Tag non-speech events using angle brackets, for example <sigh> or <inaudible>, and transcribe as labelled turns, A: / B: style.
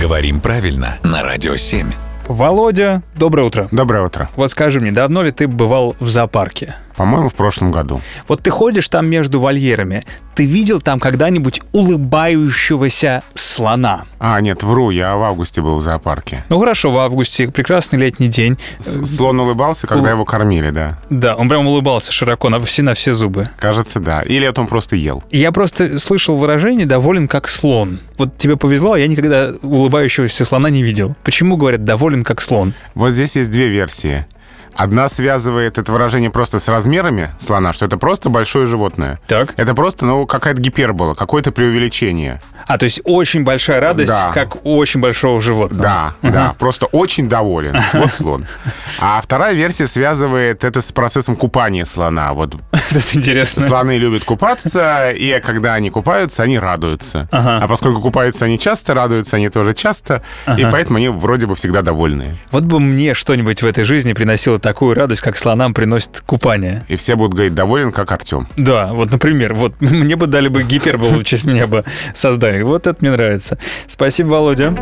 A: Говорим правильно на Радио 7.
B: Володя, доброе утро.
C: Доброе утро.
B: Вот скажи мне, давно ли ты бывал в зоопарке?
C: По-моему, в прошлом году.
B: Вот ты ходишь там между вольерами. Ты видел там когда-нибудь улыбающегося слона?
C: А, нет, вру, я в августе был в зоопарке.
B: Ну хорошо, в августе прекрасный летний день.
C: С- Слон улыбался, когда его кормили, да.
B: Да, он прям улыбался широко на все, на все зубы.
C: Кажется, да. Или это он просто ел.
B: Я просто слышал выражение «доволен как слон». Вот тебе повезло, а я никогда улыбающегося слона не видел. Почему говорят «доволен как слон»?
C: Вот здесь есть две версии. Одна связывает это выражение просто с размерами слона, что это просто большое животное.
B: Так.
C: Это просто, ну, какая-то гипербола, какое-то преувеличение.
B: А, то есть очень большая радость,
C: Да.
B: как у очень большого животного.
C: Да, да, просто очень доволен. Вот слон. А вторая версия связывает это с процессом купания слона. Вот
B: <laughs> Это интересно.
C: Слоны любят купаться, и когда они купаются, они радуются. А поскольку купаются они часто, радуются они тоже часто, и поэтому они вроде бы всегда довольны.
B: Вот бы мне что-нибудь в этой жизни приносило такую радость, как слонам приносит купание.
C: И все будут говорить, доволен, как Артем.
B: Да, вот, например, вот <laughs> мне бы дали бы гиперболу, в честь меня бы создали. Вот это мне нравится. Спасибо, Володя.